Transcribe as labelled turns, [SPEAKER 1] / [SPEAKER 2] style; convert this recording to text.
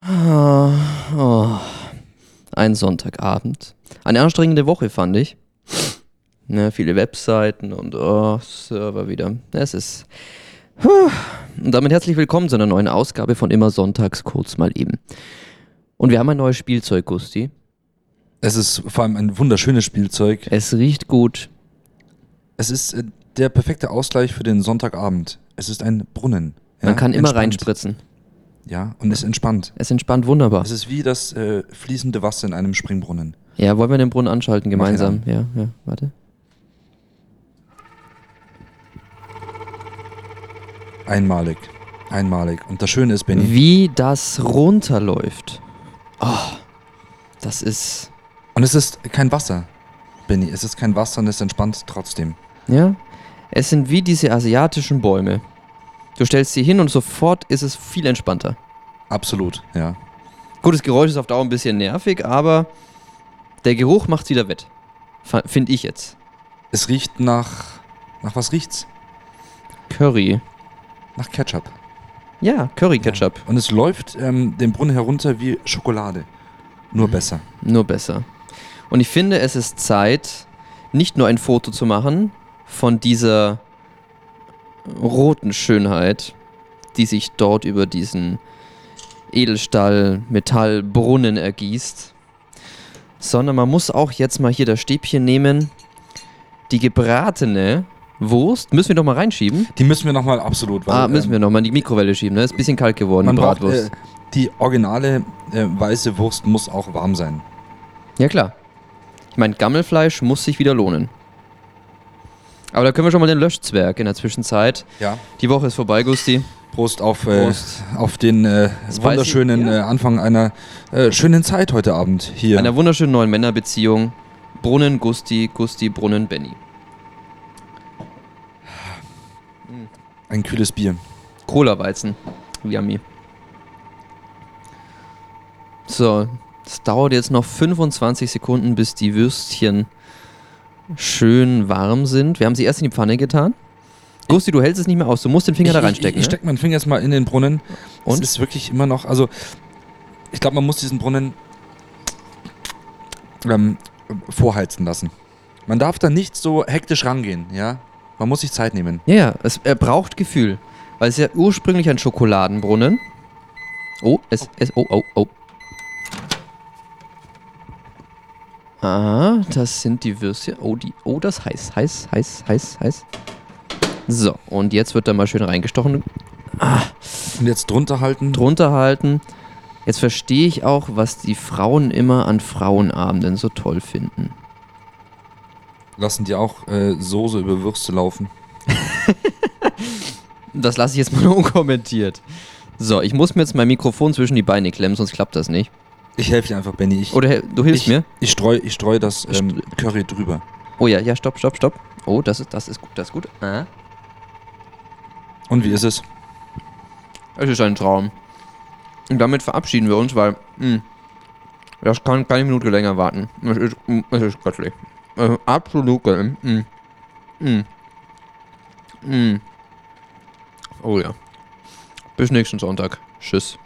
[SPEAKER 1] Ah, ein Sonntagabend. Eine anstrengende Woche fand ich. Ne, viele Webseiten und oh, Server wieder. Es ist. Puh. Und damit herzlich willkommen zu einer neuen Ausgabe von Immer Sonntags kurz mal eben. Und wir haben ein neues Spielzeug, Gusti.
[SPEAKER 2] Es ist vor allem ein wunderschönes Spielzeug.
[SPEAKER 1] Es riecht gut.
[SPEAKER 2] Es ist äh, der perfekte Ausgleich für den Sonntagabend. Es ist ein Brunnen. ja,
[SPEAKER 1] Man kann immer
[SPEAKER 2] entspannt.
[SPEAKER 1] reinspritzen.
[SPEAKER 2] Ja, und es entspannt.
[SPEAKER 1] Es entspannt wunderbar.
[SPEAKER 2] Es ist wie das äh, fließende Wasser in einem Springbrunnen.
[SPEAKER 1] Ja, wollen wir den Brunnen anschalten
[SPEAKER 2] Mach ihn
[SPEAKER 1] gemeinsam? Ja, ja, warte.
[SPEAKER 2] Einmalig. Einmalig. Und das Schöne ist, Benny,
[SPEAKER 1] Wie das runterläuft. Oh, das ist.
[SPEAKER 2] und es ist kein Wasser. Benny, es ist kein Wasser und es entspannt trotzdem.
[SPEAKER 1] Ja? Es sind wie diese asiatischen Bäume. Du stellst sie hin und sofort ist es viel entspannter.
[SPEAKER 2] Absolut, ja.
[SPEAKER 1] Gut, das Geräusch ist auf Dauer ein bisschen nervig, aber der Geruch macht's wieder wett. Finde ich jetzt.
[SPEAKER 2] Es riecht nach. Nach was riecht's?
[SPEAKER 1] Curry.
[SPEAKER 2] Nach Ketchup.
[SPEAKER 1] Ja, Curry-Ketchup.
[SPEAKER 2] Und es läuft ähm, den Brunnen herunter wie Schokolade.
[SPEAKER 1] Mhm.
[SPEAKER 2] Nur besser.
[SPEAKER 1] Nur besser. Und ich finde, es ist Zeit, nicht nur ein Foto zu machen von dieser roten Schönheit, die sich dort über diesen Edelstahl-Metallbrunnen ergießt, sondern man muss auch jetzt mal hier das Stäbchen nehmen. Die gebratene Wurst müssen wir doch mal reinschieben.
[SPEAKER 2] Die müssen wir nochmal absolut, ähm,
[SPEAKER 1] ah, müssen wir nochmal in die Mikrowelle schieben, ne? Ist ein bisschen kalt geworden,
[SPEAKER 2] Man
[SPEAKER 1] die
[SPEAKER 2] braucht,
[SPEAKER 1] Bratwurst.
[SPEAKER 2] äh, die originale äh, weiße Wurst muss auch warm sein.
[SPEAKER 1] Ja, klar. Ich meine, Gammelfleisch muss sich wieder lohnen. Aber da können wir schon mal den Löschzwerg in der Zwischenzeit.
[SPEAKER 2] Ja.
[SPEAKER 1] Die Woche ist vorbei, Gusti.
[SPEAKER 2] Prost auf, äh,
[SPEAKER 1] Prost.
[SPEAKER 2] auf den äh,
[SPEAKER 1] Spicy,
[SPEAKER 2] wunderschönen
[SPEAKER 1] ja.
[SPEAKER 2] äh, Anfang einer äh, schönen Zeit heute Abend hier.
[SPEAKER 1] Einer wunderschönen neuen Männerbeziehung. Brunnen, Gusti, Gusti, Brunnen, Benny.
[SPEAKER 2] Ein kühles Bier.
[SPEAKER 1] Cola-Weizen. Yummy. So, es dauert jetzt noch 25 Sekunden, bis die Würstchen schön warm sind. Wir haben sie erst in die Pfanne getan. Gusti, du hältst es nicht mehr aus. Du musst den Finger da
[SPEAKER 2] Ich,
[SPEAKER 1] reinstecken.
[SPEAKER 2] ich, ich
[SPEAKER 1] ne?
[SPEAKER 2] steck meinen Finger jetzt mal in den Brunnen. Es
[SPEAKER 1] Und?
[SPEAKER 2] ist wirklich immer noch, also ich glaube, man muss diesen Brunnen ähm, vorheizen lassen. Man darf da nicht so hektisch rangehen, ja. Man muss sich Zeit nehmen.
[SPEAKER 1] Ja, ja, es er braucht Gefühl. Weil es ist ja ursprünglich ein Schokoladenbrunnen. Oh, es, es, oh, oh, oh. Ah, das sind die Würstchen. Oh, die, oh, das heiß, heiß, heiß, heiß, heiß. So, und jetzt wird da mal schön reingestochen.
[SPEAKER 2] Und jetzt drunter halten.
[SPEAKER 1] Drunter halten. Jetzt verstehe ich auch, was die Frauen immer an Frauenabenden so toll finden.
[SPEAKER 2] lassen die auch äh, Soße über Würste laufen.
[SPEAKER 1] Das lasse ich jetzt mal unkommentiert. So, ich muss mir jetzt mein Mikrofon zwischen die Beine klemmen, sonst klappt das nicht.
[SPEAKER 2] Ich helfe dir einfach, Benny. Ich,
[SPEAKER 1] Oder hel- du hilfst
[SPEAKER 2] ich,
[SPEAKER 1] mir?
[SPEAKER 2] Ich streue ich streu das ähm, Curry drüber.
[SPEAKER 1] Oh ja, ja, stopp, stopp, stopp. Oh, das ist, das ist gut, das ist gut. Ah.
[SPEAKER 2] Und wie ist es?
[SPEAKER 1] Es ist ein Traum. Und damit verabschieden wir uns, weil mh, das kann keine Minute länger warten. Es ist, mh, es ist göttlich. Es ist absolut göttlich. Hm. Mh. Mh. Hm. Mh. Oh ja. Bis nächsten Sonntag. Tschüss.